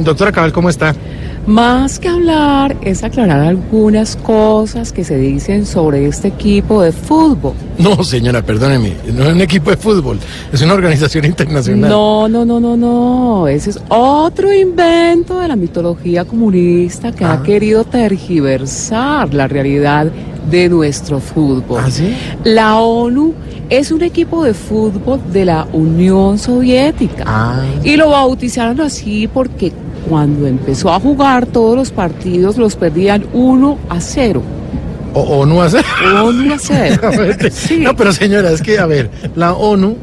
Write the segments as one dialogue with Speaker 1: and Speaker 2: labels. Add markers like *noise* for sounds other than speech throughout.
Speaker 1: Doctora Cabal, ¿cómo está?
Speaker 2: Más que hablar es aclarar algunas cosas que se dicen sobre este equipo de fútbol.
Speaker 1: No, señora, perdóneme. No es un equipo de fútbol. Es una organización internacional.
Speaker 2: No, no, no, no, no. Ese es otro invento de la mitología comunista que
Speaker 1: Ah.
Speaker 2: ha querido tergiversar la realidad de nuestro fútbol.
Speaker 1: ¿Ah, sí?
Speaker 2: La ONU es un equipo de fútbol de la Unión Soviética.
Speaker 1: Ah.
Speaker 2: Y lo bautizaron así porque cuando empezó a jugar todos los partidos los perdían 1 a 0.
Speaker 1: O, ONU hace. *laughs*
Speaker 2: 1 a 0. Sí.
Speaker 1: Ah. No, pero señora, es que, a ver, la ONU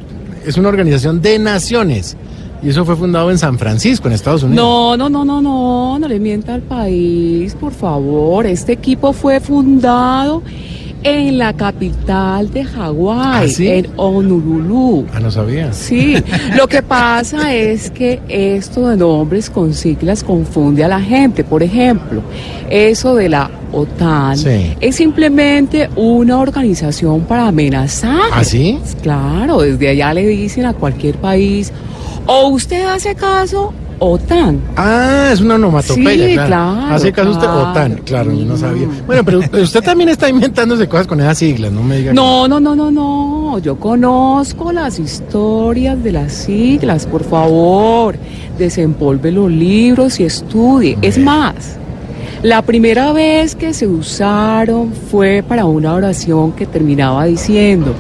Speaker 1: es una organización de naciones. Y eso fue fundado en San Francisco, en Estados Unidos.
Speaker 2: No, no, no, no, no, no le mienta al país, por favor. Este equipo fue fundado en la capital de Hawái,
Speaker 1: ¿Ah, sí?
Speaker 2: en Honolulu.
Speaker 1: Ah, no sabía.
Speaker 2: Sí, lo que pasa es que esto de nombres con siglas confunde a la gente. Por ejemplo, eso de la OTAN
Speaker 1: Sí.
Speaker 2: es simplemente una organización para amenazar.
Speaker 1: ¿Ah, sí?
Speaker 2: Pues Claro, desde allá le dicen a cualquier país, o usted hace caso, OTAN.
Speaker 1: Ah, es una onomatopeya,
Speaker 2: Sí,
Speaker 1: claro.
Speaker 2: claro,
Speaker 1: Hace caso usted,
Speaker 2: claro.
Speaker 1: OTAN, claro, no
Speaker 2: Mm.
Speaker 1: sabía. Bueno, pero usted también está inventándose cosas con esas siglas, no me diga. que-
Speaker 2: No, no, no, no, no. Yo conozco las historias de las siglas, por favor. Desempolve los libros y estudie. Es más, la primera vez que se usaron fue para una oración que terminaba diciendo,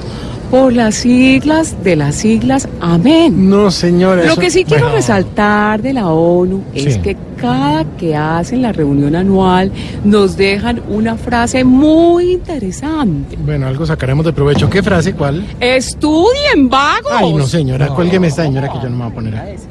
Speaker 2: por las siglas de las siglas, amén.
Speaker 1: No, señora.
Speaker 2: Lo
Speaker 1: eso-
Speaker 2: que sí quiero
Speaker 1: bueno.
Speaker 2: resaltar de la ONU es
Speaker 1: Sí.
Speaker 2: que cada que hacen la reunión anual nos dejan una frase muy interesante.
Speaker 1: Bueno, algo sacaremos de provecho. ¿Qué frase? ¿Cuál?
Speaker 2: Estudien vagos.
Speaker 1: Ay, no, señora, cuélgueme esta señora que yo no me voy a poner. ahí.